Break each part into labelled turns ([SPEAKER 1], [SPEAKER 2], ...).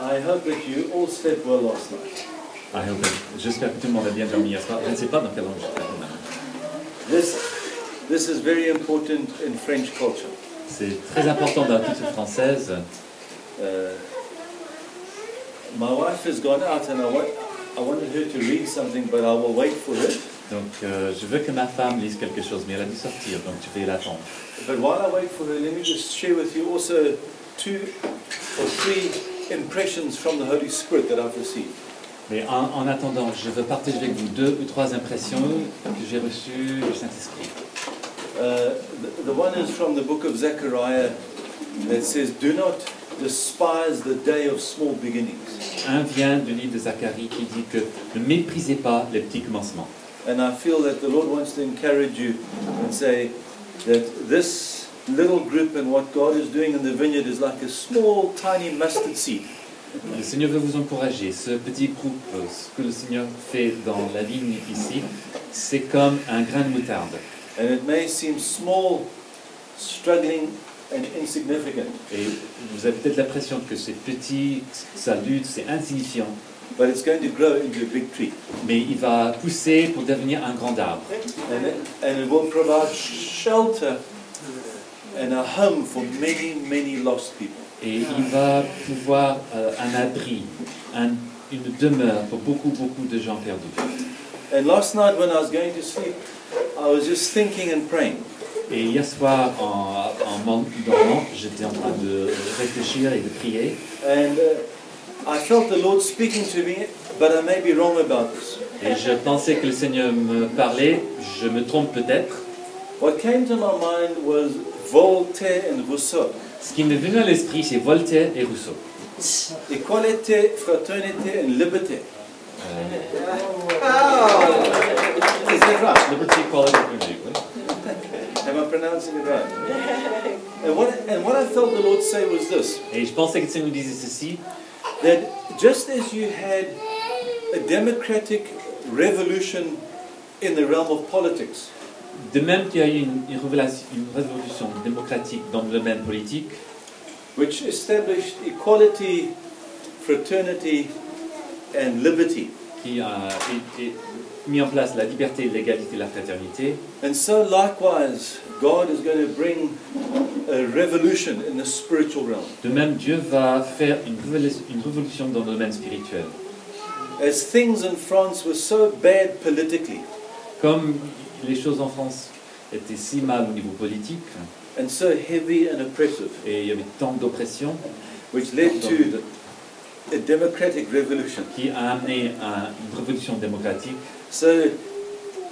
[SPEAKER 1] I heard that you all slept well last night.
[SPEAKER 2] I hope that- Ah, J'espère que tout le monde a bien dormi hier soir. Je ne sais pas dans quel ordre j'étais demain.
[SPEAKER 1] This, this is very important in French culture.
[SPEAKER 2] C'est très important dans la culture française.
[SPEAKER 1] Uh, my wife has gone out and I, wa- I wanted her to read something, but I will wait for her.
[SPEAKER 2] Donc euh, je veux que ma femme lise quelque chose, mais elle a dû sortir, donc je vais l'attendre.
[SPEAKER 1] But while I wait for her, let me just share with you also two or three impressions from the Holy Spirit that I've received.
[SPEAKER 2] Mais en, en attendant, je veux partager avec vous deux ou trois impressions que j'ai reçues du Saint-Esprit.
[SPEAKER 1] Uh, the, the one is from the book of Zechariah that says, Do not despise the day of small beginnings.
[SPEAKER 2] Un vient du livre de Zacharie qui dit que ne méprisez pas les petits commencements.
[SPEAKER 1] And I feel that the Lord wants to encourage you and say that this little group and what God is doing in the vineyard is like a small, tiny mustard seed.
[SPEAKER 2] Le Seigneur veut vous encourager. Ce petit groupe, ce que le Seigneur fait dans la vigne ici, c'est comme un grain de moutarde.
[SPEAKER 1] And it may seem small, struggling, and insignificant,
[SPEAKER 2] Et vous avez peut-être l'impression que c'est petit, ça lutte, c'est insignifiant,
[SPEAKER 1] but it's going to grow into a big tree.
[SPEAKER 2] mais il va pousser pour devenir un grand arbre.
[SPEAKER 1] And it, and it will provide shelter and a home for many, many lost people.
[SPEAKER 2] Et il va pouvoir euh, un abri, un- une demeure pour beaucoup, beaucoup de gens perdus.
[SPEAKER 1] And last night when I was going to sleep, I was just thinking and praying.
[SPEAKER 2] Et hier soir, en, en m'en- dormant, j'étais en train de réfléchir et de prier.
[SPEAKER 1] And uh, I felt the Lord speaking to me, but I may be wrong about this.
[SPEAKER 2] Et je pensais que le Seigneur me parlait, je me trompe peut-être.
[SPEAKER 1] What came to my mind was Voltaire and Rousseau.
[SPEAKER 2] Ce qui m'est venu à l'esprit, c'est Voltaire et Rousseau.
[SPEAKER 1] Equality, fraternity, and liberty.
[SPEAKER 2] Euh,
[SPEAKER 1] Is that right?
[SPEAKER 2] Liberty, Equality, Fraternity, oui.
[SPEAKER 1] Am I pronouncing it right? And what, and what I felt the Lord say was this
[SPEAKER 2] Et je pensais que le Seigneur nous disait ceci,
[SPEAKER 1] that just as you had a democratic revolution in the realm of politics,
[SPEAKER 2] de même qu'il y a eu une, une révélation- une révolution démocratique dans le domaine politique,
[SPEAKER 1] which established equality, fraternity, and liberty.
[SPEAKER 2] qui a été- mis en place la liberté, l'égalité, la fraternité.
[SPEAKER 1] And so, likewise, God is going to bring a revolution in the spiritual realm.
[SPEAKER 2] De même, Dieu va faire une révélation- une révolution dans le domaine spirituel.
[SPEAKER 1] As things in France were so bad politically,
[SPEAKER 2] Comme les choses en France étaient si mal au niveau politique,
[SPEAKER 1] and so heavy and oppressive,
[SPEAKER 2] et il y avait tant d'oppression,
[SPEAKER 1] which led to a democratic revolution.
[SPEAKER 2] qui a amené à une révolution démocratique.
[SPEAKER 1] So,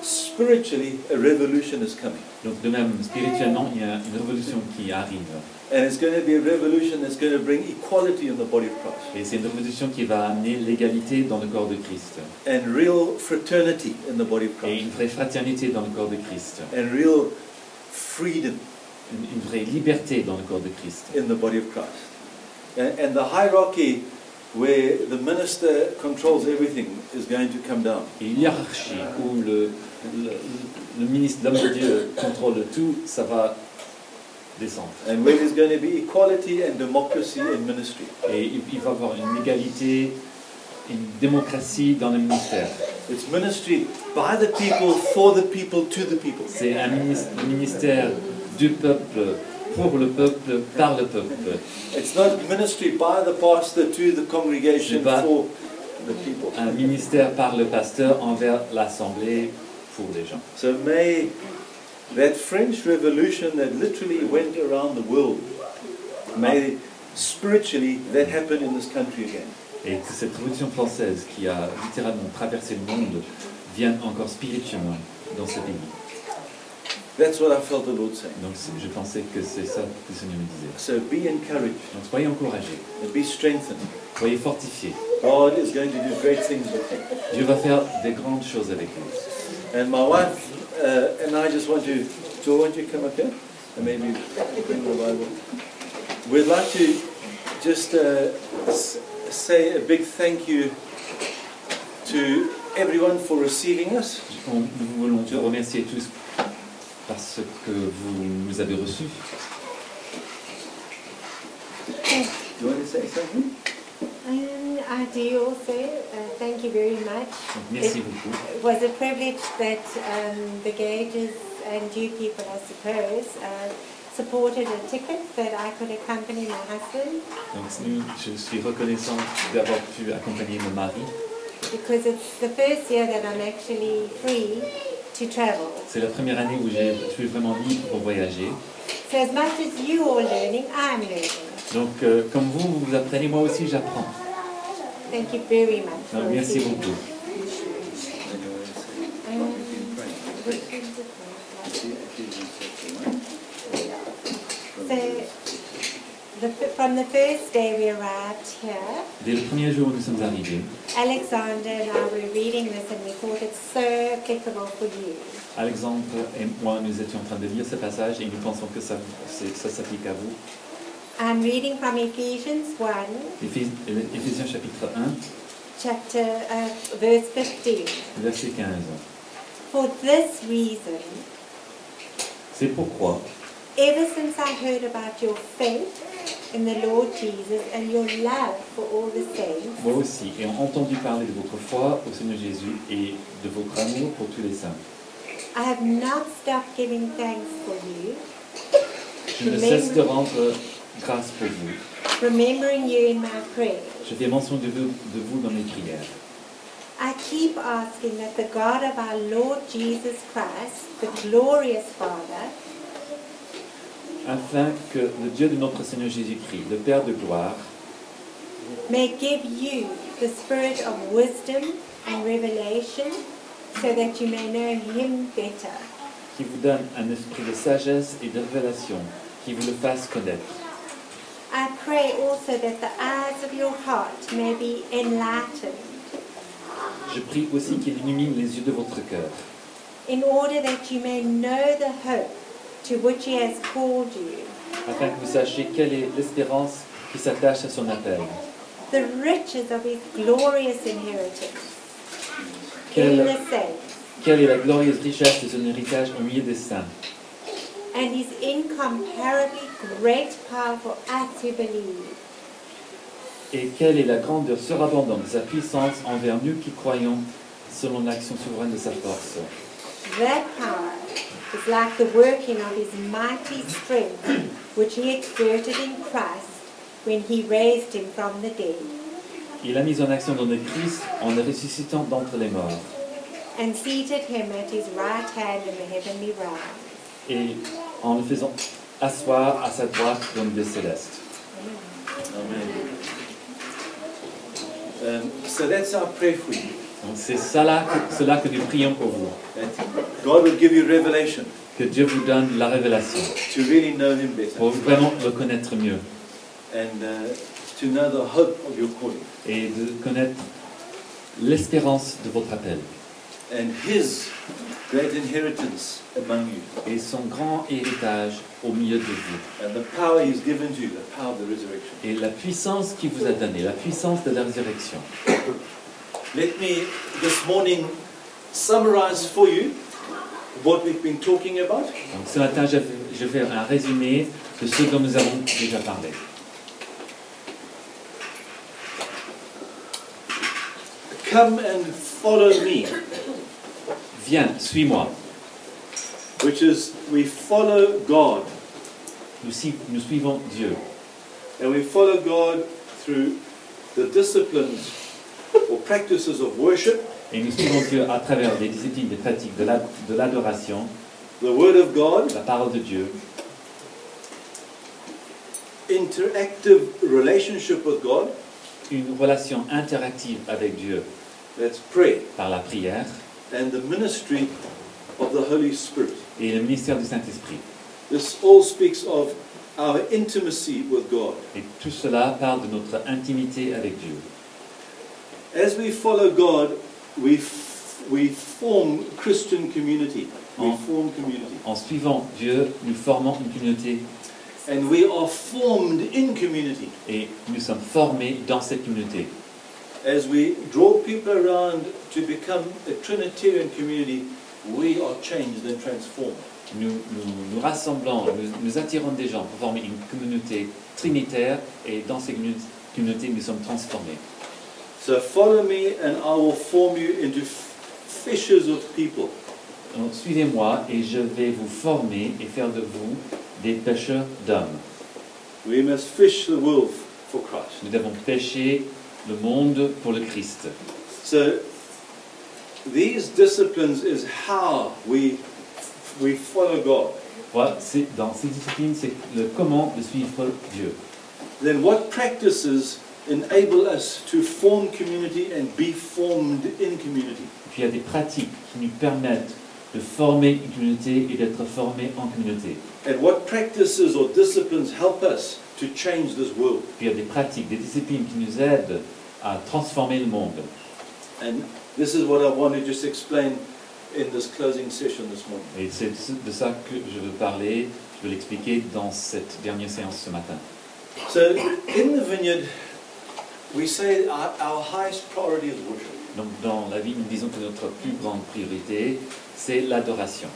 [SPEAKER 1] spiritually, a revolution is coming.
[SPEAKER 2] Donc de même, spirituellement, il y a une révolution qui arrive.
[SPEAKER 1] And it's going to be a revolution that's going to bring equality in the body of Christ
[SPEAKER 2] Et c'est une révolution qui va amener l'égalité dans le corps de Christ.
[SPEAKER 1] and real fraternity in the body of
[SPEAKER 2] Et une
[SPEAKER 1] Christ
[SPEAKER 2] vraie fraternité dans le corps de Christ.
[SPEAKER 1] and real freedom
[SPEAKER 2] Une, une vraie liberté dans le corps de Christ.
[SPEAKER 1] in the body of Christ. And, and the hierarchy where the minister controls everything is going to come down.
[SPEAKER 2] Et une hiérarchie où le, le, le ministre, l'homme de Dieu contrôle tout, ça va descendre.
[SPEAKER 1] And where there's going to be equality and democracy in ministry.
[SPEAKER 2] Et il, il va y avoir une égalité, une démocratie dans le ministère.
[SPEAKER 1] It's ministry by the people, for the people, to the people.
[SPEAKER 2] C'est un minis- le ministère du peuple, pour le peuple, par le peuple.
[SPEAKER 1] It's not ministry by the pastor to the congregation
[SPEAKER 2] C'est pas-
[SPEAKER 1] for the people.
[SPEAKER 2] un ministère par le pasteur envers l'assemblée pour les gens.
[SPEAKER 1] So may that French Revolution that literally went around the world, may spiritually that happen in this country again.
[SPEAKER 2] Et que cette révolution française qui a littéralement traversé le monde vienne encore spirituellement dans ce pays.
[SPEAKER 1] That's what I felt the Lord saying.
[SPEAKER 2] Donc c'est- je pensais que c'est ça que le Seigneur me disait.
[SPEAKER 1] So be encouraged
[SPEAKER 2] Donc soyez encouragés,
[SPEAKER 1] and be strengthened.
[SPEAKER 2] soyez fortifiés.
[SPEAKER 1] God is going to do great things with you.
[SPEAKER 2] Dieu va faire des grandes choses avec vous.
[SPEAKER 1] And my wife uh, and I just want to, Joel, won't you come up here? And maybe bring the Bible. We'd like to just uh, s- say a big thank you to everyone for receiving us.
[SPEAKER 2] On- nous voulons vous remercier tous parce que vous nous avez reçus.
[SPEAKER 1] Do you want to say something?
[SPEAKER 3] Um, I do also. Uh, thank you very much.
[SPEAKER 2] Donc, merci beaucoup.
[SPEAKER 3] It was a privilege that um, the gauges and you people, I suppose, uh, supported a ticket that I could accompany my husband
[SPEAKER 2] Donc, nous, je suis reconnaissant d'avoir pu accompagner mon mari.
[SPEAKER 3] because it's the first year that I'm actually free to travel.
[SPEAKER 2] C'est la première année où j'ai- je suis vraiment libre pour voyager.
[SPEAKER 3] So as much as you are learning, I'm learning.
[SPEAKER 2] Donc, euh, comme vous, vous apprenez, moi aussi j'apprends.
[SPEAKER 3] Thank you very much. for
[SPEAKER 2] Donc, Euh, Uh, merci
[SPEAKER 3] receiving
[SPEAKER 2] beaucoup.
[SPEAKER 3] So, the, from the first day we arrived here,
[SPEAKER 2] Dès le premier jour où nous sommes arrivés,
[SPEAKER 3] Alexander and I were reading this and we thought it's so applicable for you.
[SPEAKER 2] Alexandre et moi, nous étions en train de lire ce passage et nous pensons que ça, c'est- ça s'applique à vous.
[SPEAKER 3] I'm reading from Ephesians 1,
[SPEAKER 2] Éphés- euh, Éphésiens chapitre 1,
[SPEAKER 3] chapter, uh, verse 15.
[SPEAKER 2] verset 15.
[SPEAKER 3] For this reason,
[SPEAKER 2] C'est pourquoi,
[SPEAKER 3] ever since I heard about your faith in the Lord Jesus and your love for all the saints,
[SPEAKER 2] moi aussi, ayant entendu parler de votre foi au Seigneur Jésus et de votre amour pour tous les saints,
[SPEAKER 3] I have not stopped giving thanks for you,
[SPEAKER 2] je ne cesse de rendre grâce pour vous.
[SPEAKER 3] remembering you in my prayers.
[SPEAKER 2] Je fais mention de vous, de vous dans mes prières.
[SPEAKER 3] I keep asking that the God of our Lord Jesus Christ, the glorious Father,
[SPEAKER 2] afin que le Dieu de notre Seigneur Jésus-Christ, le Père de gloire,
[SPEAKER 3] may give you the spirit of wisdom and revelation so that you may know him better.
[SPEAKER 2] qui vous donne un esprit de sagesse et de révélation, qui vous le fasse connaître.
[SPEAKER 3] I pray also that the eyes of your heart may be enlightened
[SPEAKER 2] Je prie aussi qu'il illumine les yeux de votre cœur,
[SPEAKER 3] in order that you may know the hope to which he has called you,
[SPEAKER 2] afin que vous sachiez quelle est l'espérance qui s'attache à son appel,
[SPEAKER 3] the riches of his glorious inheritance in
[SPEAKER 2] quelle,
[SPEAKER 3] the saints,
[SPEAKER 2] quelle est la glorieuse richesse de son héritage au milieu des saints,
[SPEAKER 3] and his incomparably great power for us who believe.
[SPEAKER 2] et quelle est la grandeur surabondante de sa puissance envers nous qui croyons selon l'action souveraine de sa force.
[SPEAKER 3] That power is like the working of his mighty strength, which he exerted in Christ when he raised him from the dead
[SPEAKER 2] Il a mis en action dans le Christ en le ressuscitant d'entre les morts.
[SPEAKER 3] and seated him at his right hand in the heavenly realm.
[SPEAKER 2] et en le faisant asseoir à sa droite dans le Dieu céleste.
[SPEAKER 1] Amen. Um, so that's our prayer for you.
[SPEAKER 2] Donc c'est cela que, cela que nous prions pour vous,
[SPEAKER 1] That God will give you revelation
[SPEAKER 2] que Dieu vous donne la révélation
[SPEAKER 1] to really know Him better
[SPEAKER 2] pour vraiment le connaître mieux
[SPEAKER 1] and uh, to know the hope of your calling
[SPEAKER 2] et de connaître l'espérance de votre appel
[SPEAKER 1] and His great inheritance among you
[SPEAKER 2] et son grand héritage au milieu de vous
[SPEAKER 1] and the power He's given to you, the power of the resurrection.
[SPEAKER 2] et la puissance qu'il vous a donnée, la puissance de la résurrection.
[SPEAKER 1] Let me this morning summarize for you what we've been talking about.
[SPEAKER 2] Donc ce matin, je, je vais faire un résumé de ce dont nous avons déjà parlé.
[SPEAKER 1] Come and follow me,
[SPEAKER 2] Viens, suis-moi.
[SPEAKER 1] which is we follow God
[SPEAKER 2] Nous, si- nous suivons Dieu
[SPEAKER 1] And we follow God through the disciplines or practices of worship,
[SPEAKER 2] Et nous suivons Dieu à travers les disciplines, les pratiques de la- de l'adoration,
[SPEAKER 1] the Word of God,
[SPEAKER 2] la parole de Dieu,
[SPEAKER 1] interactive relationship with God,
[SPEAKER 2] une relation interactive avec Dieu
[SPEAKER 1] that's prayer,
[SPEAKER 2] par la prière
[SPEAKER 1] and the ministry of the Holy Spirit.
[SPEAKER 2] et le ministère du Saint-Esprit.
[SPEAKER 1] This all speaks of our intimacy with God.
[SPEAKER 2] Et tout cela parle de notre intimité avec Dieu.
[SPEAKER 1] As we follow God, we, f- we form Christian community. We
[SPEAKER 2] Oh.
[SPEAKER 1] form community.
[SPEAKER 2] En suivant Dieu, nous formons une communauté
[SPEAKER 1] And we are formed in community.
[SPEAKER 2] et nous sommes formés dans cette communauté.
[SPEAKER 1] As we draw people around to become a Trinitarian community, we are changed and transformed.
[SPEAKER 2] Nous nous, nous rassemblons, nous, nous attirons des gens pour former une communauté trinitaire et dans cette communauté, nous sommes transformés.
[SPEAKER 1] So follow me, and I will form you into f- fishers of people.
[SPEAKER 2] Donc suivez-moi et je vais vous former et faire de vous des pêcheurs d'hommes.
[SPEAKER 1] We must fish the world for Christ.
[SPEAKER 2] Nous devons pêcher le monde pour le Christ.
[SPEAKER 1] So these disciplines is how we we follow God.
[SPEAKER 2] Voilà, c'est dans ces disciplines, c'est le comment de suivre Dieu.
[SPEAKER 1] Then what practices enable us to form community and be formed in community?
[SPEAKER 2] Et puis il y a des pratiques qui nous permettent de former une communauté et d'être formés en communauté.
[SPEAKER 1] And what practices or disciplines help us to change this world?
[SPEAKER 2] Puis il y a des pratiques, des disciplines qui nous aident à transformer le monde.
[SPEAKER 1] And this is what I want to just explain in this closing session this morning.
[SPEAKER 2] Et c'est de ça que je veux parler, je veux l'expliquer dans cette dernière séance ce matin.
[SPEAKER 1] So in the vineyard, we say our, our highest priority is worship.
[SPEAKER 2] Donc dans la vie, nous disons que notre plus grande priorité, c'est l'adoration.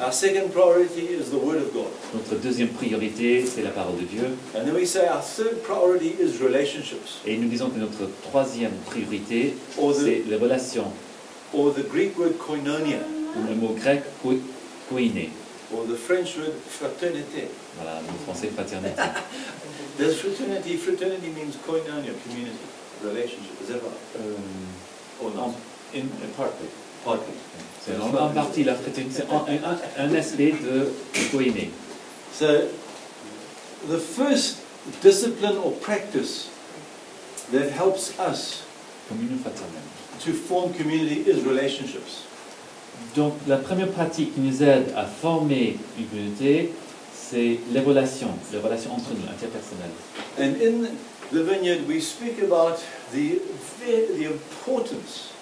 [SPEAKER 1] Our second priority is the Word of God.
[SPEAKER 2] Notre deuxième priorité, c'est la parole de Dieu.
[SPEAKER 1] And then we say our third priority is relationships,
[SPEAKER 2] Et nous disons que notre troisième priorité,
[SPEAKER 1] or
[SPEAKER 2] c'est
[SPEAKER 1] the,
[SPEAKER 2] les relations,
[SPEAKER 1] or the Greek word koinonia,
[SPEAKER 2] ou le mot grec ko- koiné,
[SPEAKER 1] or the French word fraternité.
[SPEAKER 2] voilà, le mot français fraternité.
[SPEAKER 1] Does fraternity, fraternity means koinonia, community, relationship, is that right?
[SPEAKER 2] Euh,
[SPEAKER 1] Or not?
[SPEAKER 2] en, une- partly.
[SPEAKER 1] Partly.
[SPEAKER 2] C'est en, en partie la fraternité, c'est en- un, un- un aspect de koiné.
[SPEAKER 1] So, the first discipline or practice that helps us
[SPEAKER 2] communion fraternelle.
[SPEAKER 1] to form community is relationships.
[SPEAKER 2] Donc la première pratique qui nous aide à former une communauté, c'est les relations, les relations entre nous, interpersonnelles.
[SPEAKER 1] And in the vineyard, we speak about the, ve- the importance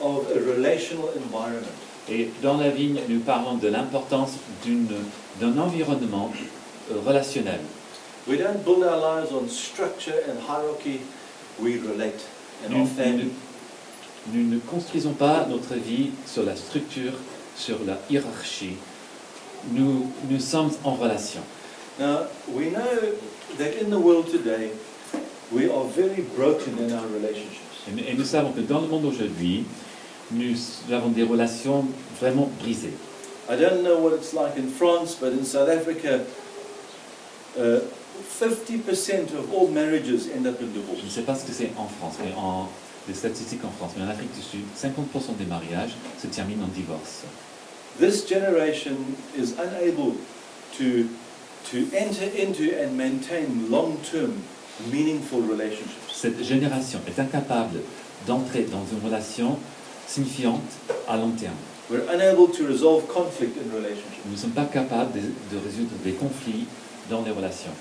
[SPEAKER 1] of a relational environment.
[SPEAKER 2] Et dans la vigne, nous parlons de l'importance d'une- d'un environnement euh, relationnel.
[SPEAKER 1] We don't build our lives on structure and hierarchy, we relate. And
[SPEAKER 2] Nous,
[SPEAKER 1] our
[SPEAKER 2] nous
[SPEAKER 1] family,
[SPEAKER 2] ne- nous ne construisons pas notre vie sur la structure, sur la hiérarchie. Nous, nous sommes en relation.
[SPEAKER 1] Now, we know that in the world today, we are very broken in our relationships.
[SPEAKER 2] Et, nous- et nous savons que dans le monde aujourd'hui, nous avons des relations vraiment brisées.
[SPEAKER 1] I don't know what it's like in France, but in South Africa, uh, 50% of all marriages end up in
[SPEAKER 2] Je ne
[SPEAKER 1] divorce.
[SPEAKER 2] sais pas ce que c'est en France, mais en des statistiques en France, mais en Afrique du Sud, 50% des mariages se terminent en divorce.
[SPEAKER 1] This generation is unable to, to enter into and maintain long term, meaningful relationships.
[SPEAKER 2] Cette génération est incapable d'entrer dans une relation signifiante à long terme.
[SPEAKER 1] We're unable to resolve conflict in relationships.
[SPEAKER 2] Nous ne sommes pas capables de, de résoudre des conflits dans les relations.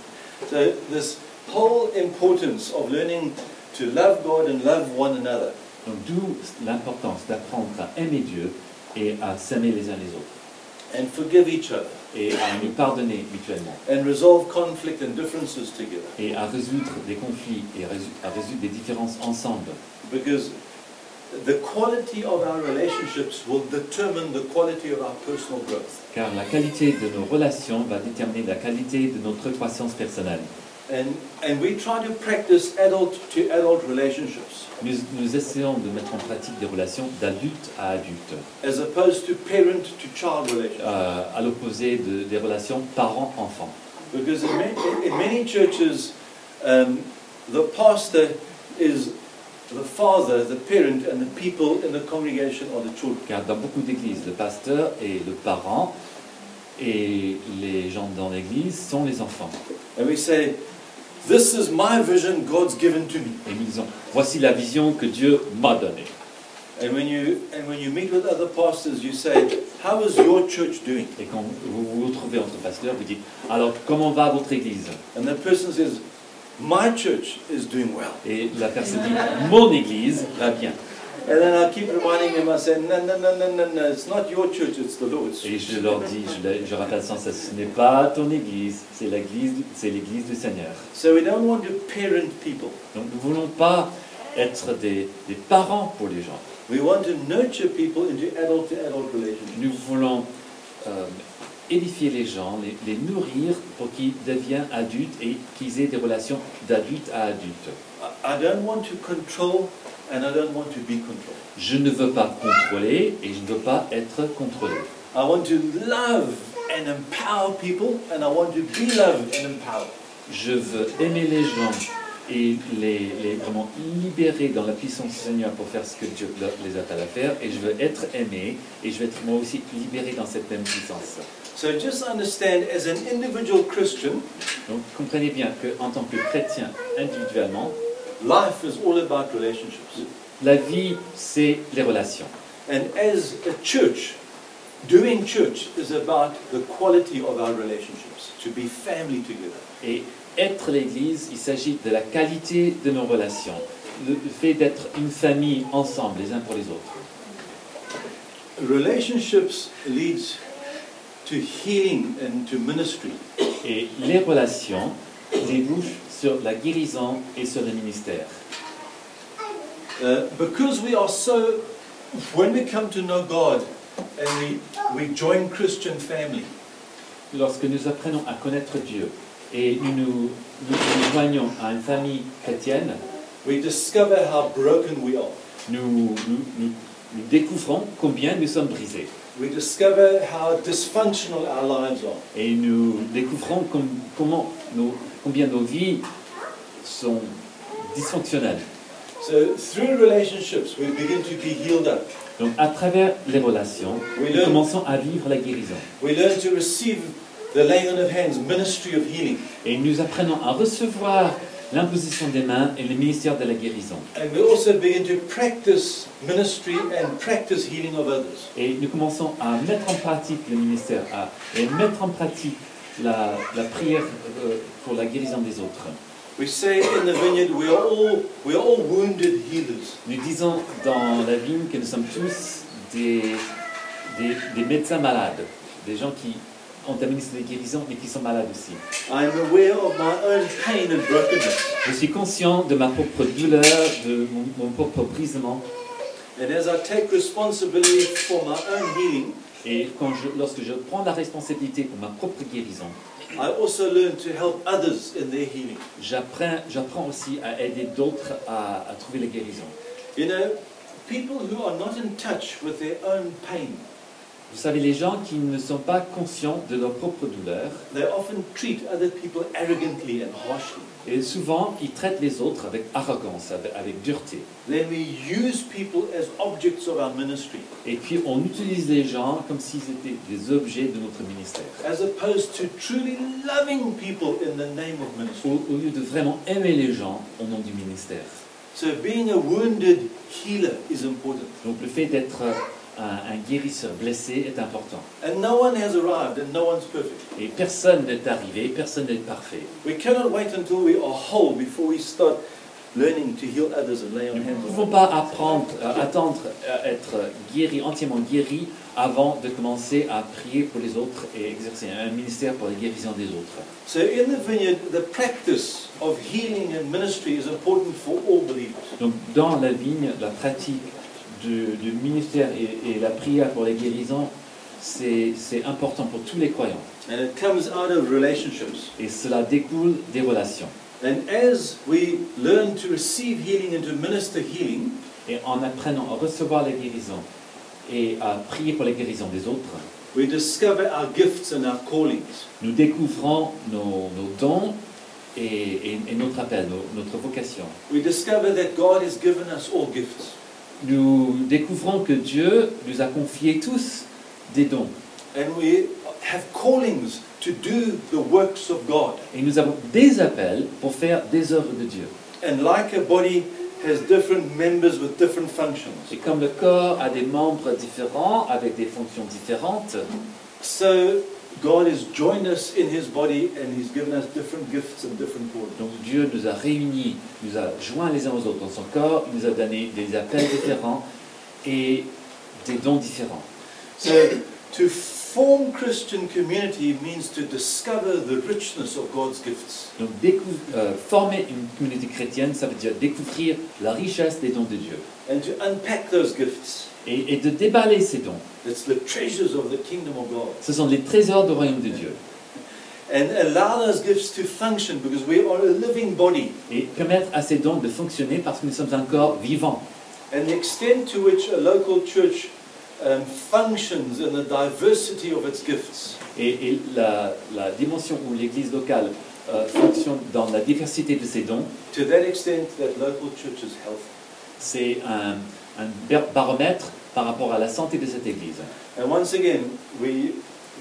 [SPEAKER 1] So, this whole importance of learning to love God and love one another.
[SPEAKER 2] Donc d'où l'importance d'apprendre à aimer Dieu et à s'aimer les uns les autres
[SPEAKER 1] and forgive each other
[SPEAKER 2] et à nous pardonner mutuellement
[SPEAKER 1] and resolve conflict and differences together.
[SPEAKER 2] et à résoudre des conflits et à résu- à résoudre des différences ensemble.
[SPEAKER 1] Because the quality of our relationships will determine the quality of our personal growth.
[SPEAKER 2] Car la qualité de nos relations va déterminer la qualité de notre croissance personnelle.
[SPEAKER 1] And, and we try to practice adult to adult relationships
[SPEAKER 2] Nous, nous essayons de mettre en pratique des relations d'adulte à adulte,
[SPEAKER 1] as opposed to parent to child relationships.
[SPEAKER 2] euh, à l'opposé de- des relations parent-enfant.
[SPEAKER 1] Because in, ma- in many churches, um, the pastor is the father, the parent, and the people in the congregation are the children.
[SPEAKER 2] Car dans beaucoup d'églises, le pasteur est le parent et les gens dans l'église sont les enfants.
[SPEAKER 1] And we say, This is my vision God's given to me.
[SPEAKER 2] Et nous disons, voici la vision que Dieu m'a donnée.
[SPEAKER 1] And when you and when you meet with other pastors, you say, "How is your church doing?"
[SPEAKER 2] Et quand vous vous retrouvez entre pasteurs, vous dites, alors comment va votre église
[SPEAKER 1] And that person says, "My church is doing well."
[SPEAKER 2] Et la personne dit, mon église va bien.
[SPEAKER 1] And then I keep reminding them. I say, "No, no, no, no, no, no. It's not your church. It's the Lord's."
[SPEAKER 2] Et je leur dis, je, le- je rappelle sans cesse, ce n'est pas ton église, c'est l'église, c'est l'église du Seigneur.
[SPEAKER 1] So we don't want to parent people.
[SPEAKER 2] Donc nous ne voulons pas être des, des parents pour les gens.
[SPEAKER 1] We want to nurture people into adult-to-adult relationships.
[SPEAKER 2] Nous voulons euh, édifier les gens, les, les nourrir pour qu'ils deviennent adultes et qu'ils aient des relations d'adulte à adulte.
[SPEAKER 1] I- I don't want to control and I don't want to be controlled.
[SPEAKER 2] Je ne veux pas contrôler et je ne veux pas être contrôlé.
[SPEAKER 1] I want to love and empower people and I want to be loved and empowered.
[SPEAKER 2] Je veux aimer les gens et les, les vraiment libérer dans la puissance du Seigneur pour faire ce que Dieu leur- les appelle à faire. Et je veux être aimé et je veux être moi aussi libéré dans cette même puissance.
[SPEAKER 1] So just understand as an individual Christian,
[SPEAKER 2] Donc comprenez bien qu'en tant que chrétien, individuellement,
[SPEAKER 1] life is all about relationships.
[SPEAKER 2] la vie, c'est les relations.
[SPEAKER 1] And as a church, doing church is about the quality of our relationships, to be family together.
[SPEAKER 2] Et être l'Église, il s'agit de la qualité de nos relations, le le fait d'être une famille ensemble, les uns pour les autres.
[SPEAKER 1] Relationships leads to healing and to ministry.
[SPEAKER 2] Et les relations débouchent sur la guérison et sur le ministère.
[SPEAKER 1] Uh, because we are so, when we come to know God and we, we join Christian family,
[SPEAKER 2] Lorsque nous apprenons à connaître Dieu et nous nous, nous nous joignons à une famille chrétienne,
[SPEAKER 1] we discover how broken we are.
[SPEAKER 2] nous, nous, nous- nous découvrons combien nous sommes brisés.
[SPEAKER 1] We discover how dysfunctional our lives are.
[SPEAKER 2] Et nous découvrons com- comment nos- combien nos vies sont dysfonctionnelles.
[SPEAKER 1] So through relationships, we begin to be healed up.
[SPEAKER 2] Donc à travers les relations,
[SPEAKER 1] Oui,
[SPEAKER 2] nous
[SPEAKER 1] le-
[SPEAKER 2] commençons à vivre la guérison.
[SPEAKER 1] We learn to receive the laying on of hands, ministry of healing.
[SPEAKER 2] Et nous apprenons à recevoir l'imposition des mains et le ministère de la guérison.
[SPEAKER 1] And we also begin to practice ministry and practice healing of others.
[SPEAKER 2] Et nous commençons à mettre en pratique le ministère, à et mettre en pratique la, la prière euh, pour la guérison des autres.
[SPEAKER 1] We say in the vineyard, we are all, we are all wounded healers.
[SPEAKER 2] Nous disons dans la vigne que nous sommes tous des, des, des médecins malades, des gens qui ont un ministère de guérison mais qui sont malades aussi.
[SPEAKER 1] I am aware of my own pain and brokenness.
[SPEAKER 2] Je suis conscient de ma propre douleur, de mon, mon propre brisement.
[SPEAKER 1] And as I take responsibility for my own healing,
[SPEAKER 2] Et quand je, lorsque je prends la responsabilité pour ma propre guérison,
[SPEAKER 1] I also learn to help others in their healing.
[SPEAKER 2] j'apprends j'apprends aussi à aider d'autres à- à trouver la guérison.
[SPEAKER 1] You know, people who are not in touch with their own pain,
[SPEAKER 2] Vous savez, les gens qui ne sont pas conscients de leur propre douleur,
[SPEAKER 1] they often treat other people arrogantly and harshly.
[SPEAKER 2] et souvent ils traitent les autres avec arrogance, avec, avec dureté.
[SPEAKER 1] Then we use people as objects of our ministry,
[SPEAKER 2] Et puis on utilise les gens comme s'ils étaient des objets de notre ministère.
[SPEAKER 1] as opposed to truly loving people in the name of
[SPEAKER 2] Au,
[SPEAKER 1] ministry.
[SPEAKER 2] au lieu de vraiment aimer les gens au nom du ministère.
[SPEAKER 1] So being a wounded healer is important.
[SPEAKER 2] Donc le fait d'être un, un guérisseur blessé est important.
[SPEAKER 1] And no one has arrived and no one's perfect.
[SPEAKER 2] Et personne n'est arrivé, personne n'est parfait.
[SPEAKER 1] We cannot wait until we are whole before we start learning to heal others and lay on
[SPEAKER 2] Nous ne
[SPEAKER 1] hands. on
[SPEAKER 2] pouvons
[SPEAKER 1] them.
[SPEAKER 2] pas apprendre, euh, attendre à être guéri, entièrement guéri, avant de commencer à prier pour les autres et exercer un ministère pour la guérison des autres.
[SPEAKER 1] So in the vineyard, the practice of healing and ministry is important for all believers.
[SPEAKER 2] Donc dans la vigne, la pratique du, du ministère et, et la prière pour la guérison, c'est c'est important pour tous les croyants.
[SPEAKER 1] And it comes out of relationships.
[SPEAKER 2] Et cela découle des relations.
[SPEAKER 1] And as we learn to receive healing and to minister healing,
[SPEAKER 2] Et en apprenant à recevoir la guérison et à prier pour la guérison des autres,
[SPEAKER 1] We discover our gifts and our callings.
[SPEAKER 2] nous découvrons nos, nos dons et, et- et notre appel, nos- notre vocation.
[SPEAKER 1] We discover that God has given us all gifts.
[SPEAKER 2] Nous découvrons que Dieu nous a confié tous des dons.
[SPEAKER 1] And we have callings to do the works of God.
[SPEAKER 2] Et nous avons des appels pour faire des œuvres de Dieu.
[SPEAKER 1] And like a body has different members with different functions.
[SPEAKER 2] Et comme le corps a des membres différents, avec des fonctions différentes,
[SPEAKER 1] So God has joined us in his body and he's given us different gifts and different callings.
[SPEAKER 2] donc Dieu nous a réunis, nous a joints les uns aux autres dans son corps, il nous a donné des appels différents et des dons différents.
[SPEAKER 1] So to f- form Christian community means to discover the richness of God's gifts.
[SPEAKER 2] Donc décou- euh, former une communauté chrétienne, ça veut dire découvrir la richesse des dons de Dieu
[SPEAKER 1] and to unpack those gifts.
[SPEAKER 2] et, et de déballer ces dons.
[SPEAKER 1] It's the treasures of the kingdom of God.
[SPEAKER 2] Ce sont les trésors du royaume de Dieu
[SPEAKER 1] And allow those gifts to function because we are a living body.
[SPEAKER 2] et permettre à ces dons de fonctionner parce que nous sommes un corps vivant.
[SPEAKER 1] And the extent to which a local church um, functions in the diversity of its gifts
[SPEAKER 2] Et, et la, la dimension où l'Église locale euh, fonctionne dans la diversité de ses dons,
[SPEAKER 1] to that extent that local church is healthy.
[SPEAKER 2] c'est un, un bar- baromètre par rapport à la santé de cette Église.
[SPEAKER 1] And once again, we,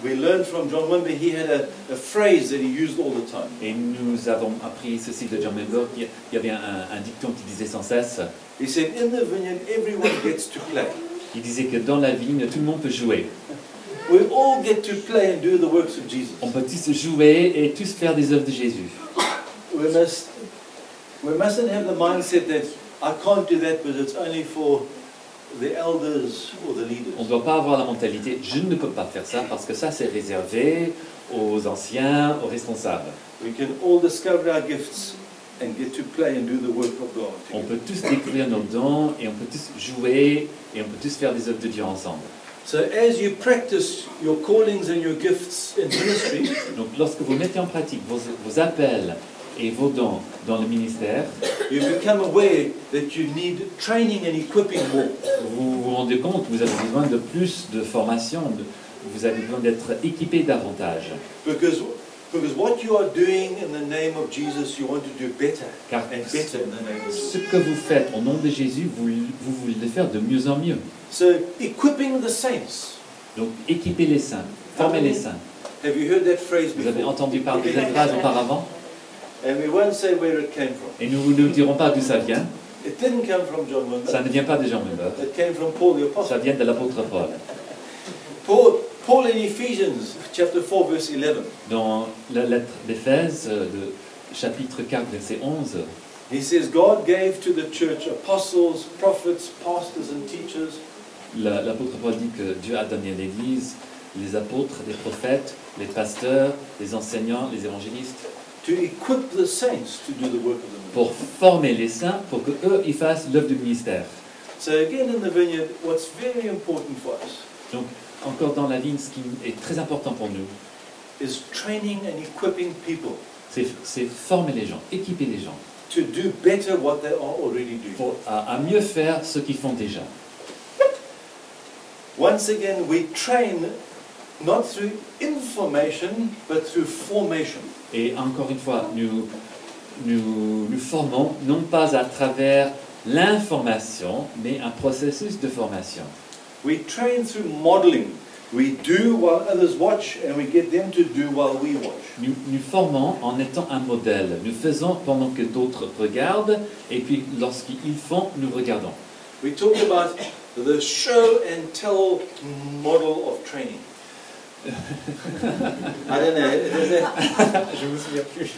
[SPEAKER 1] we learned from John Wimber, he had a, a phrase that he used all the time.
[SPEAKER 2] Et nous avons appris ceci de John Member, il y avait un, un dicton qui disait sans cesse,
[SPEAKER 1] He said, In the vineyard, everyone gets to play.
[SPEAKER 2] il disait que dans la vigne, tout le monde peut jouer.
[SPEAKER 1] We all get to play and do the works of Jesus.
[SPEAKER 2] On peut tous jouer et tous faire des œuvres de Jésus.
[SPEAKER 1] We must we mustn't have the mindset that I can't do that because it's only for the elders or the
[SPEAKER 2] On ne
[SPEAKER 1] leaders.
[SPEAKER 2] doit pas avoir la mentalité, je ne peux pas faire ça parce que ça c'est réservé aux anciens, aux responsables.
[SPEAKER 1] We can all discover our gifts and get to play and do the work of God.
[SPEAKER 2] On
[SPEAKER 1] together.
[SPEAKER 2] peut tous découvrir nos dons et on peut tous jouer et on peut tous faire des œuvres de Dieu ensemble.
[SPEAKER 1] So as you practice your callings and your gifts in ministry,
[SPEAKER 2] Donc lorsque vous mettez en pratique vos, vos appels et vos dons dans le ministère,
[SPEAKER 1] you become aware that you need training and equipping more.
[SPEAKER 2] vous vous rendez compte que vous avez besoin de plus de formation, de- vous avez besoin d'être équipé davantage.
[SPEAKER 1] Because because what you are doing in the name of Jesus, you want to do better
[SPEAKER 2] Car
[SPEAKER 1] and better in the name of Jesus.
[SPEAKER 2] ce que vous faites au nom de Jésus, vous, vous voulez le faire de mieux en mieux.
[SPEAKER 1] So equipping the saints.
[SPEAKER 2] Donc équipez les saints, formez les saints.
[SPEAKER 1] Have you heard that phrase
[SPEAKER 2] Vous avez
[SPEAKER 1] before?
[SPEAKER 2] entendu parler de cette phrase auparavant
[SPEAKER 1] And we won't say where it came from.
[SPEAKER 2] et nous ne dirons pas d'où ça vient.
[SPEAKER 1] It didn't come from John
[SPEAKER 2] Ça
[SPEAKER 1] Wimber.
[SPEAKER 2] ne vient pas de Jean Member,
[SPEAKER 1] It came from Paul the
[SPEAKER 2] ça
[SPEAKER 1] Apostle.
[SPEAKER 2] vient de l'apôtre Paul.
[SPEAKER 1] Paul, Paul in Ephesians chapter 4 verse 11,
[SPEAKER 2] Dans la lettre d'Éphèse, euh, de chapitre 4, verset 11,
[SPEAKER 1] he says, God gave to the church apostles, prophets, pastors and teachers
[SPEAKER 2] la- l'apôtre Paul dit que Dieu a donné à l'Église les apôtres, les prophètes, les pasteurs, les enseignants, les évangélistes,
[SPEAKER 1] to equip the saints to do the work of the ministry.
[SPEAKER 2] pour former les saints, pour que eux ils fassent l'œuvre du ministère.
[SPEAKER 1] So again in the vineyard, what's very important for us
[SPEAKER 2] Donc, encore dans la ligne, ce qui est très important pour nous,
[SPEAKER 1] is training and equipping people
[SPEAKER 2] c'est c'est former les gens, équiper les gens,
[SPEAKER 1] to do better what they are already doing.
[SPEAKER 2] pour, à- à mieux faire ce qu'ils font déjà.
[SPEAKER 1] Once again, we train not through information, but through formation.
[SPEAKER 2] Et encore une fois, nous nous, nous formons non pas à travers l'information, mais un processus de formation.
[SPEAKER 1] We train through modeling. We do while others watch, and we get them to do while we watch.
[SPEAKER 2] Nous, nous formons en étant un modèle. Nous faisons pendant que d'autres regardent, et puis lorsqu'ils font, nous regardons.
[SPEAKER 1] We talk about the show and tell model of training. I don't know. Is, that,
[SPEAKER 2] Je me souviens plus.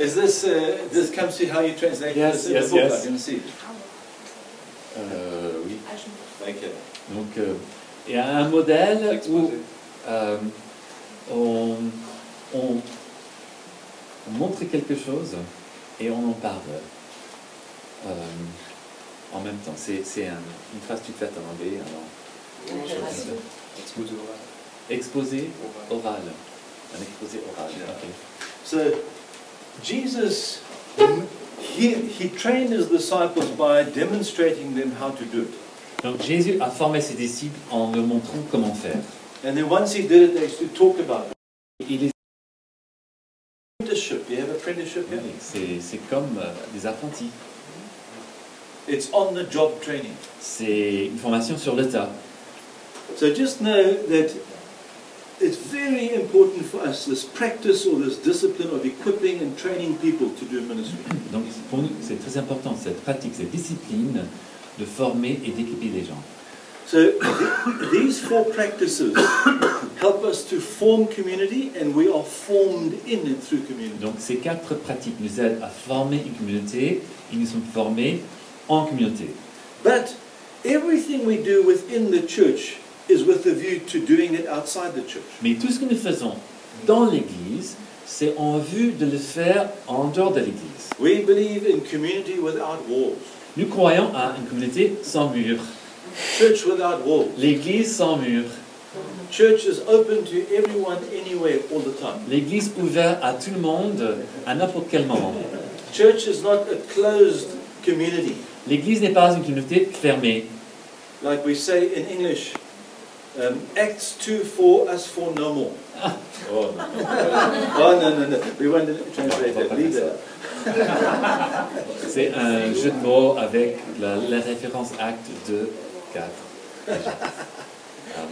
[SPEAKER 1] is this uh, this comes to how you translate
[SPEAKER 2] Yes,
[SPEAKER 1] this in
[SPEAKER 2] yes,
[SPEAKER 1] the book?
[SPEAKER 2] yes.
[SPEAKER 1] I can see.
[SPEAKER 2] oui.
[SPEAKER 1] Thank you.
[SPEAKER 2] Donc, euh, et un modèle où euh, on, on- on montre quelque chose et on en parle euh, en même temps. C'est, c'est un- une phrase toute faite en anglais. alors. Exposé oral. Un exposé oral. ok.
[SPEAKER 1] So Jesus, he, he trained his disciples by demonstrating them how to do it.
[SPEAKER 2] Donc Jésus a formé ses disciples en leur montrant comment faire.
[SPEAKER 1] And then once he did it, they used to talk about it.
[SPEAKER 2] Il les-
[SPEAKER 1] Apprenticeship. You have apprenticeship here?
[SPEAKER 2] c'est, c'est comme euh, des apprentis.
[SPEAKER 1] It's on the job training.
[SPEAKER 2] C'est une formation sur le tas.
[SPEAKER 1] So just know that it's very important for us this practice or this discipline of equipping and training people to do ministry.
[SPEAKER 2] Donc pour nous, c'est très important, cette pratique, cette discipline de former et d'équiper les gens.
[SPEAKER 1] So th- these four practices help us to form community and we are formed in and through community.
[SPEAKER 2] Donc ces quatre pratiques nous aident à former une communauté et nous sommes formés en communauté.
[SPEAKER 1] But everything we do within the church is with the view to doing it outside the church.
[SPEAKER 2] Mais tout ce que nous faisons dans l'Église, c'est en vue de le faire en dehors de l'Église.
[SPEAKER 1] We believe in community without walls,
[SPEAKER 2] Nous croyons à une communauté sans mur,
[SPEAKER 1] church without walls.
[SPEAKER 2] l'Église sans mur,
[SPEAKER 1] Church is open to everyone, anywhere, all the time.
[SPEAKER 2] l'Église ouverte à tout le monde à n'importe quel moment.
[SPEAKER 1] Church is not a closed community.
[SPEAKER 2] L'Église n'est pas une communauté fermée.
[SPEAKER 1] Like we say in English, um, Acts 2 for us for no more.
[SPEAKER 2] Oh, non.
[SPEAKER 1] Oh, no, no, no. We won't translate that. Leave that.
[SPEAKER 2] C'est un jeu de mots avec la, la référence acte 2, 4.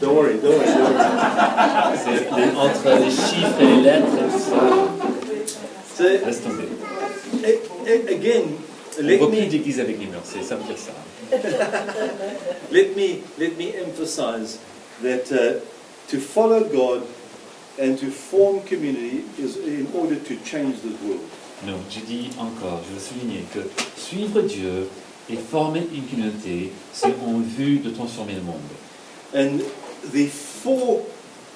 [SPEAKER 1] Don't worry, don't worry, don't worry.
[SPEAKER 2] C'est les- entre les chiffres et les lettres et tout ça.
[SPEAKER 1] So,
[SPEAKER 2] Laisse tomber.
[SPEAKER 1] a- a- again,
[SPEAKER 2] On
[SPEAKER 1] let
[SPEAKER 2] replie
[SPEAKER 1] me,
[SPEAKER 2] d'église avec les murs, c'est ça me dire ça.
[SPEAKER 1] let me, let me emphasize that uh, to follow God and to form community is in order to change the world.
[SPEAKER 2] Non, je dis encore, je veux souligner que suivre Dieu et former une communauté, c'est en vue de transformer le monde.
[SPEAKER 1] And the four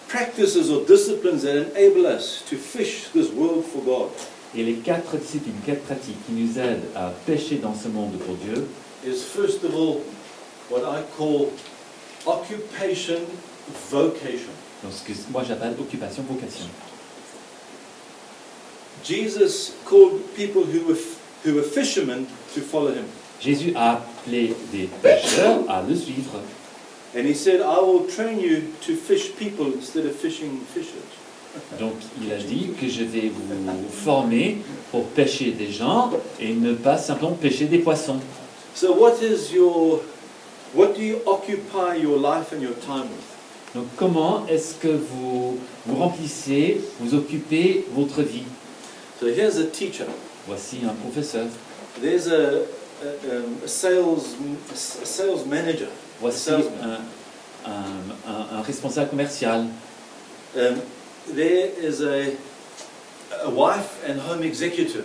[SPEAKER 1] practices or disciplines that enable us to fish this world for God
[SPEAKER 2] Et les quatre disciplines, quatre pratiques qui nous aident à pêcher dans ce monde pour Dieu,
[SPEAKER 1] is first of all what I call occupation vocation.
[SPEAKER 2] donc ce que moi j'appelle occupation, vocation.
[SPEAKER 1] Jesus called people who were, who were fishermen to follow him.
[SPEAKER 2] Jésus a appelé des pêcheurs à le suivre.
[SPEAKER 1] And he said, I will train you to fish people instead of fishing fishes.
[SPEAKER 2] Donc il a dit que je vais vous former pour pêcher des gens et ne pas simplement pêcher des poissons.
[SPEAKER 1] So what is your, what do you occupy your life and your time with?
[SPEAKER 2] Donc comment est-ce que vous vous remplissez, vous occupez votre vie
[SPEAKER 1] So here's a teacher.
[SPEAKER 2] Voici un professeur,
[SPEAKER 1] There's a, a, um, a sales, a sales manager.
[SPEAKER 2] voici un, un- un- un responsable commercial,
[SPEAKER 1] Um, there is a, a wife and home executive.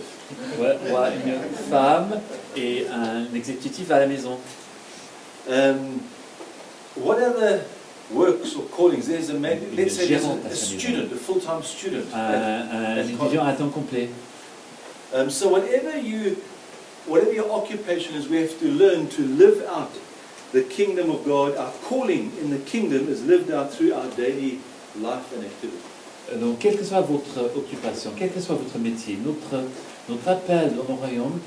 [SPEAKER 2] Ouais, ouais, une femme et un exécutif à la maison.
[SPEAKER 1] Um, what other works or callings? There's a man, let's say there's a, a student, a full-time student.
[SPEAKER 2] Un, un étudiant à temps complet.
[SPEAKER 1] Um, so whatever you, whatever your occupation is, we have to learn to live out the kingdom of God. Our calling in the kingdom is lived out through our daily life and activity.
[SPEAKER 2] Euh, Donc, quelle que soit votre occupation, quel que soit votre métier, notre, notre appel dans le royaume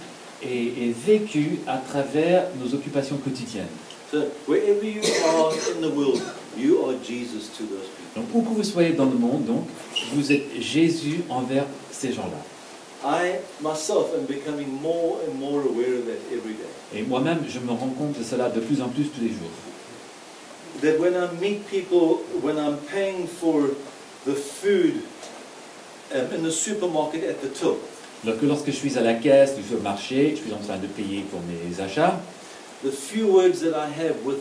[SPEAKER 2] est, est vécu à travers nos occupations quotidiennes.
[SPEAKER 1] So wherever you are in the world, you are Jesus to those people.
[SPEAKER 2] Donc, où que vous soyez dans le monde, donc, vous êtes Jésus envers ces gens-là.
[SPEAKER 1] I myself am becoming more and more aware of that every day.
[SPEAKER 2] Et moi-même, je me rends compte de cela de plus en plus tous les jours.
[SPEAKER 1] that when I meet people, when I'm paying for the food um, in the supermarket at the till,
[SPEAKER 2] Alors que lorsque je suis à la caisse du supermarché, je suis en train de payer pour mes achats,
[SPEAKER 1] the few words that I have with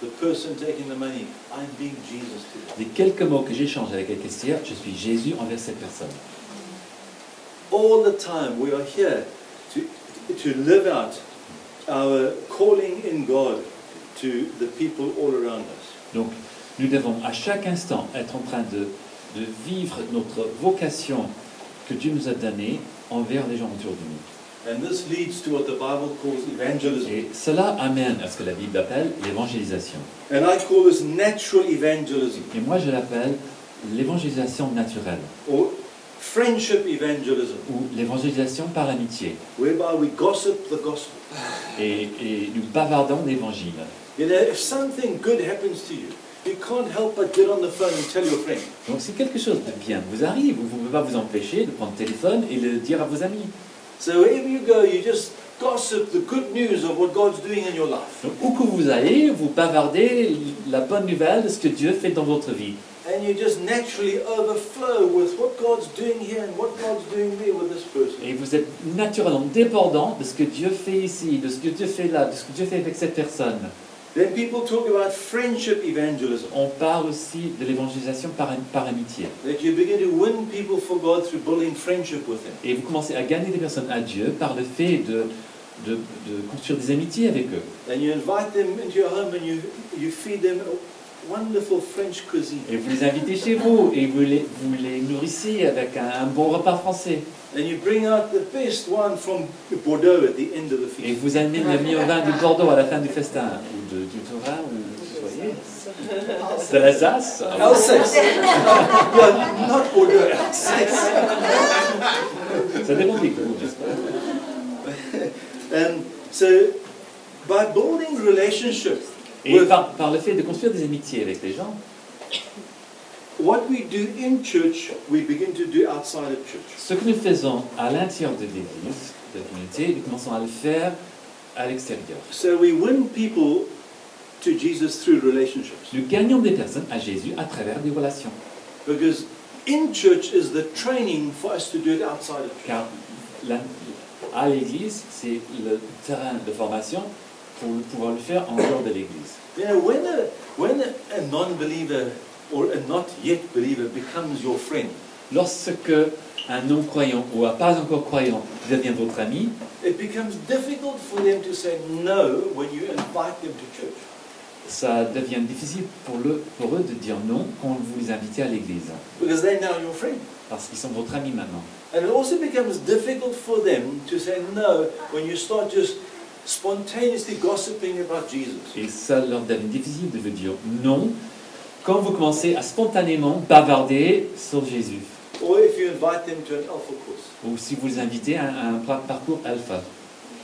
[SPEAKER 1] the person taking the money, I'm being Jesus to them.
[SPEAKER 2] les quelques mots que j'échange avec la caissière, je suis Jésus envers cette personne.
[SPEAKER 1] All the time we are here to, to live out our calling in God to the people all around us.
[SPEAKER 2] Donc, nous devons à chaque instant être en train de, de vivre notre vocation que Dieu nous a donnée envers les gens autour de nous.
[SPEAKER 1] And this leads to what the Bible calls evangelism.
[SPEAKER 2] Et cela amène à ce que la Bible appelle l'évangélisation.
[SPEAKER 1] And I call this natural evangelism
[SPEAKER 2] Et moi, je l'appelle l'évangélisation naturelle
[SPEAKER 1] or friendship evangelism,
[SPEAKER 2] ou l'évangélisation par l'amitié.
[SPEAKER 1] whereby we gossip the gospel.
[SPEAKER 2] Et, et nous bavardons l'évangile.
[SPEAKER 1] You know, if something good happens to you, you can't help but get on the phone and tell your friend.
[SPEAKER 2] Donc, si quelque chose de bien vous arrive, vous ne pouvez pas vous empêcher de prendre le téléphone et le dire à vos amis.
[SPEAKER 1] So wherever you go, you just gossip the good news of what God's doing in your life.
[SPEAKER 2] Donc, où que vous allez, vous bavardez la bonne nouvelle de ce que Dieu fait dans votre vie.
[SPEAKER 1] And you just naturally overflow with what God's doing here and what God's doing there with this person.
[SPEAKER 2] Et vous êtes naturellement dépendant de ce que Dieu fait ici, de ce que Dieu fait là, de ce que Dieu fait avec cette personne.
[SPEAKER 1] Then people talk about friendship evangelism.
[SPEAKER 2] On parle aussi de l'évangélisation par, par amitié.
[SPEAKER 1] That you begin to win people for God through building friendship with them.
[SPEAKER 2] Et vous commencez à gagner des personnes à Dieu par le fait de, de, de construire des amitiés avec eux.
[SPEAKER 1] And you invite them into your home and you, you feed them wonderful French cuisine.
[SPEAKER 2] Et vous les invitez chez vous et vous les, vous les nourrissez avec un, un bon repas français.
[SPEAKER 1] And you bring out the best wine from Bordeaux at the end of the
[SPEAKER 2] Et
[SPEAKER 1] feast.
[SPEAKER 2] vous amenez le meilleur vin du Bordeaux à la fin du festin, ou de, du Torah, ou soyez. De l'Alsace. Ah oui.
[SPEAKER 1] Alsace! yeah, not Bordeaux, Alsace.
[SPEAKER 2] Ça dépend des goûts, n'est-ce pas
[SPEAKER 1] Um, so, by building relationships
[SPEAKER 2] Et
[SPEAKER 1] with
[SPEAKER 2] par, par le fait de construire des amitiés avec les gens,
[SPEAKER 1] what we do in church, we begin to do outside of church.
[SPEAKER 2] ce que nous faisons à l'intérieur de l'Église, de la communauté, nous commençons à le faire à l'extérieur.
[SPEAKER 1] So we win people to Jesus through relationships.
[SPEAKER 2] Nous gagnons des personnes à Jésus à travers des relations.
[SPEAKER 1] Because in church is the training for us to do it outside of church.
[SPEAKER 2] Car la- à l'Église, c'est le terrain de formation pour le- pouvoir le faire en dehors de l'Église.
[SPEAKER 1] You know, when a, when a, a non believer or a not yet believer becomes your friend,
[SPEAKER 2] Lorsque un non-croyant ou un pas encore croyant devient votre ami,
[SPEAKER 1] it becomes difficult for them to say no when you invite them to church.
[SPEAKER 2] ça devient difficile pour, le- pour eux de dire non quand vous les invitez à l'Église,
[SPEAKER 1] Because they're now your friend.
[SPEAKER 2] parce qu'ils sont votre ami maintenant.
[SPEAKER 1] And it also becomes difficult for them to say no when you start just spontaneously gossiping about Jesus.
[SPEAKER 2] Et ça leur devient difficile de vous dire non quand vous commencez à spontanément bavarder sur Jésus,
[SPEAKER 1] Or if you invite them to an alpha course.
[SPEAKER 2] ou si vous les invitez à un, à un parcours alpha.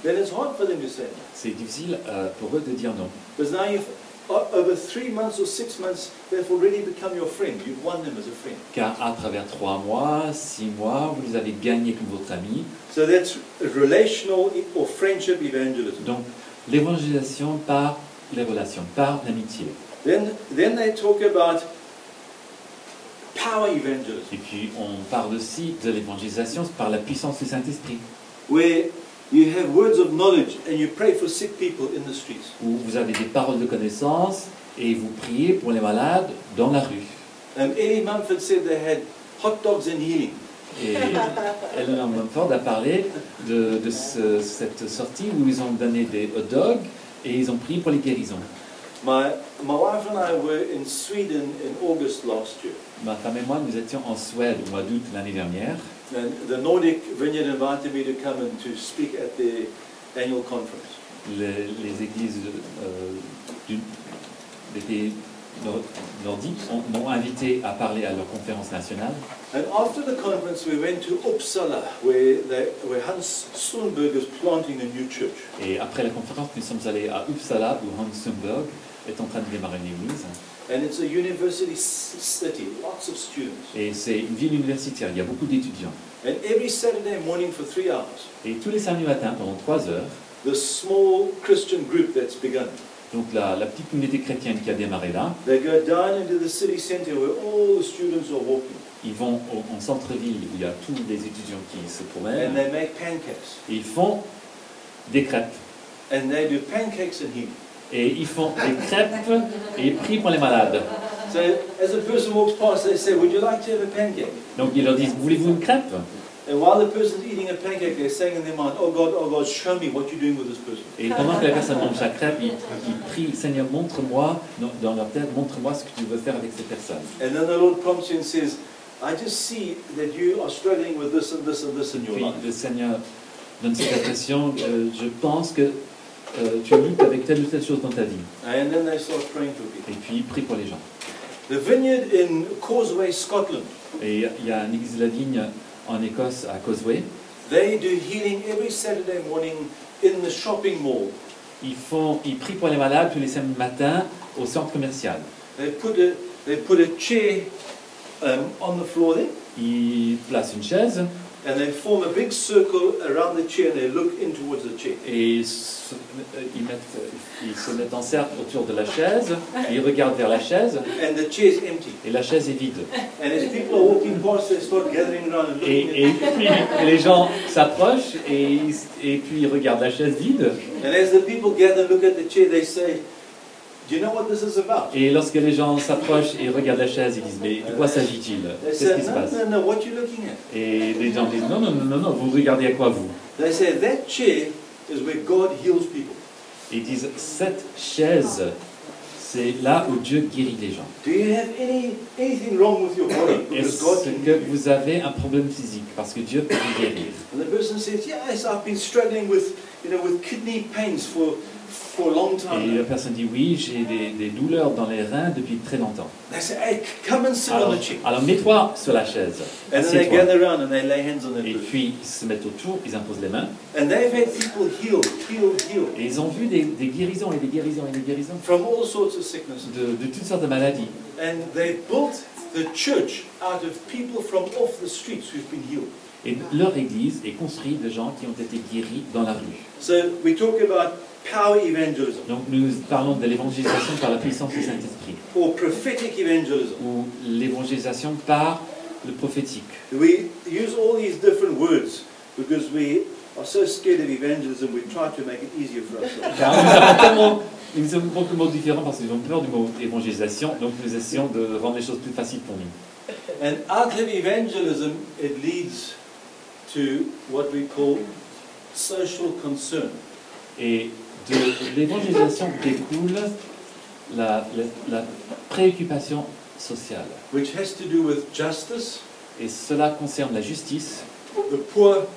[SPEAKER 1] Then it's hard for them to say no.
[SPEAKER 2] C'est difficile euh, pour eux de dire non.
[SPEAKER 1] Because now you've, o- over three months or six months, they've already become your friend. You've won them as a friend.
[SPEAKER 2] Car à travers trois mois, six mois, vous les avez gagnés comme votre ami.
[SPEAKER 1] So that's relational e- or friendship evangelism.
[SPEAKER 2] Donc, l'évangélisation par les relations, par l'amitié.
[SPEAKER 1] Then, then they talk about power evangelism,
[SPEAKER 2] Et puis, on parle aussi de l'évangélisation par la puissance du Saint-Esprit,
[SPEAKER 1] where you have words of knowledge and you pray for sick people in the streets.
[SPEAKER 2] où vous avez des paroles de connaissance et vous priez pour les malades dans la rue.
[SPEAKER 1] Um, Ellie Mumford said they had hot dogs and healing.
[SPEAKER 2] Et Eleanor Mumford a parlé de, de ce- cette sortie où ils ont donné des hot dogs et ils ont prié pour les guérisons.
[SPEAKER 1] My, my wife and I were in Sweden in August last year,
[SPEAKER 2] Ma femme et moi, nous étions en Suède au mois d'août l'année dernière.
[SPEAKER 1] and the Nordic Vineyard invited me to come and to speak at their annual conference.
[SPEAKER 2] les, les églises euh, du- des pays nor- nordiques ont- m'ont invité à parler à leur conférence nationale.
[SPEAKER 1] And after the conference, we went to Uppsala, where, they, where Hans Sundberg is planting a new church.
[SPEAKER 2] Et après la conférence, nous sommes allés à Uppsala, où Hans Sundberg est en train de démarrer une église.
[SPEAKER 1] And it's a university s- city, lots of students.
[SPEAKER 2] Et c'est une ville universitaire, il y a beaucoup d'étudiants.
[SPEAKER 1] And every Saturday morning for three hours,
[SPEAKER 2] Et tous les samedis matins, pendant trois heures,
[SPEAKER 1] this small Christian group that's begun,
[SPEAKER 2] donc la, la petite communauté chrétienne qui a démarré là,
[SPEAKER 1] they go down into the city center where all the students are walking,
[SPEAKER 2] ils vont au- en centre-ville où il y a tous les étudiants qui se
[SPEAKER 1] and
[SPEAKER 2] promènent.
[SPEAKER 1] they make pancakes.
[SPEAKER 2] Et ils font des crêpes.
[SPEAKER 1] And they do pancakes and healing.
[SPEAKER 2] Et ils font des crêpes et ils prient pour les malades.
[SPEAKER 1] So as a person walks past, they say, would you like to have a pancake?
[SPEAKER 2] Donc ils leur disent, voulez-vous une crêpe
[SPEAKER 1] And while the person's eating a pancake, they're saying in their mind, oh God, oh God, show me what you're doing with this person.
[SPEAKER 2] Et pendant que la personne mange sa crêpe, ils, ils prient, Seigneur, montre-moi, dans, dans leur tête, montre-moi ce que tu veux faire avec cette personne.
[SPEAKER 1] And then the Lord prompts you and says, I just see that you are struggling with this and this and this in your
[SPEAKER 2] Puis
[SPEAKER 1] life.
[SPEAKER 2] le Seigneur donne cette impression, euh, je pense que euh, tu luttes avec telle ou telle chose dans ta vie.
[SPEAKER 1] And then they start praying for people.
[SPEAKER 2] Et puis il prie pour les gens.
[SPEAKER 1] The vineyard in Causeway, Scotland,
[SPEAKER 2] Et il y a une église de la vigne en Écosse, à Causeway.
[SPEAKER 1] they do healing every Saturday morning in the shopping mall.
[SPEAKER 2] Ils, font, ils prient pour les malades tous les samedis matins au centre commercial.
[SPEAKER 1] They put a, they put a chair um, on the floor there,
[SPEAKER 2] Ils placent une chaise
[SPEAKER 1] and they form a big circle around the chair and they look in towards the chair.
[SPEAKER 2] Et ils se, ils mettent- ils se mettent en cercle autour de la chaise, et ils regardent vers la chaise,
[SPEAKER 1] And the chair is empty.
[SPEAKER 2] et la chaise est vide.
[SPEAKER 1] And as people are walking past, they start gathering around and looking
[SPEAKER 2] Et, et
[SPEAKER 1] at
[SPEAKER 2] puis les gens s'approchent, et, ils- et puis ils regardent la chaise vide.
[SPEAKER 1] And as the people gather and look at the chair, they say, Do you know what this is about?
[SPEAKER 2] Et lorsque les gens s'approchent et regardent la chaise, ils disent Mais de quoi s'agit-il
[SPEAKER 1] They
[SPEAKER 2] Qu'est-ce qui
[SPEAKER 1] say,
[SPEAKER 2] se
[SPEAKER 1] No,
[SPEAKER 2] passe
[SPEAKER 1] no, no, what are you looking at?
[SPEAKER 2] Et les gens disent Non, non, non, non, non, vous regardez à quoi vous
[SPEAKER 1] They say, That chair is where God heals people.
[SPEAKER 2] Et Ils disent Cette chaise, C'est là où Dieu guérit les gens.
[SPEAKER 1] Do you have any anything wrong with your body? Because
[SPEAKER 2] Est-ce
[SPEAKER 1] God can
[SPEAKER 2] que
[SPEAKER 1] heal you.
[SPEAKER 2] vous avez un problème physique Parce que Dieu peut vous guérir.
[SPEAKER 1] And the person says, Yes, I've been struggling with you know with kidney pains for for a long
[SPEAKER 2] Et
[SPEAKER 1] time.
[SPEAKER 2] la
[SPEAKER 1] now."
[SPEAKER 2] personne dit oui, j'ai des, des douleurs dans les reins depuis très longtemps.
[SPEAKER 1] They say, Hey, come and sit on
[SPEAKER 2] Alors,
[SPEAKER 1] the chair.
[SPEAKER 2] alors mets-toi sur la chaise.
[SPEAKER 4] And then they
[SPEAKER 2] Assieds-toi.
[SPEAKER 4] gather around and they lay hands on the
[SPEAKER 2] Et
[SPEAKER 4] person.
[SPEAKER 2] puis ils se mettent autour, ils imposent les mains.
[SPEAKER 1] And they've had people healed, healed, healed
[SPEAKER 2] Et ils ont vu des, des guérisons et des guérisons et des guérisons
[SPEAKER 1] from all sorts of sicknesses.
[SPEAKER 2] de, de toutes sortes de maladies.
[SPEAKER 1] And they built the church out of people from off the streets who've been healed.
[SPEAKER 2] Et leur église est construite de gens qui ont été guéris dans la rue.
[SPEAKER 1] So we talk about power evangelism
[SPEAKER 2] Donc nous parlons de l'évangélisation par la puissance du Saint-Esprit
[SPEAKER 1] or prophetic evangelism.
[SPEAKER 2] ou l'évangélisation par le prophétique.
[SPEAKER 1] We use all these different words because we are so scared of evangelism, we try to make it easier for ourselves.
[SPEAKER 2] Car nous avons tellement, nous avons beaucoup de mots différents parce qu'ils ont peur du mot évangélisation, donc nous essayons de rendre les choses plus faciles pour nous.
[SPEAKER 1] And out of evangelism, it leads to what we call social concern.
[SPEAKER 2] Et de l'évangélisation découle la, la- la préoccupation sociale.
[SPEAKER 1] which has to do with justice,
[SPEAKER 2] Et cela concerne la justice,
[SPEAKER 1] the poor,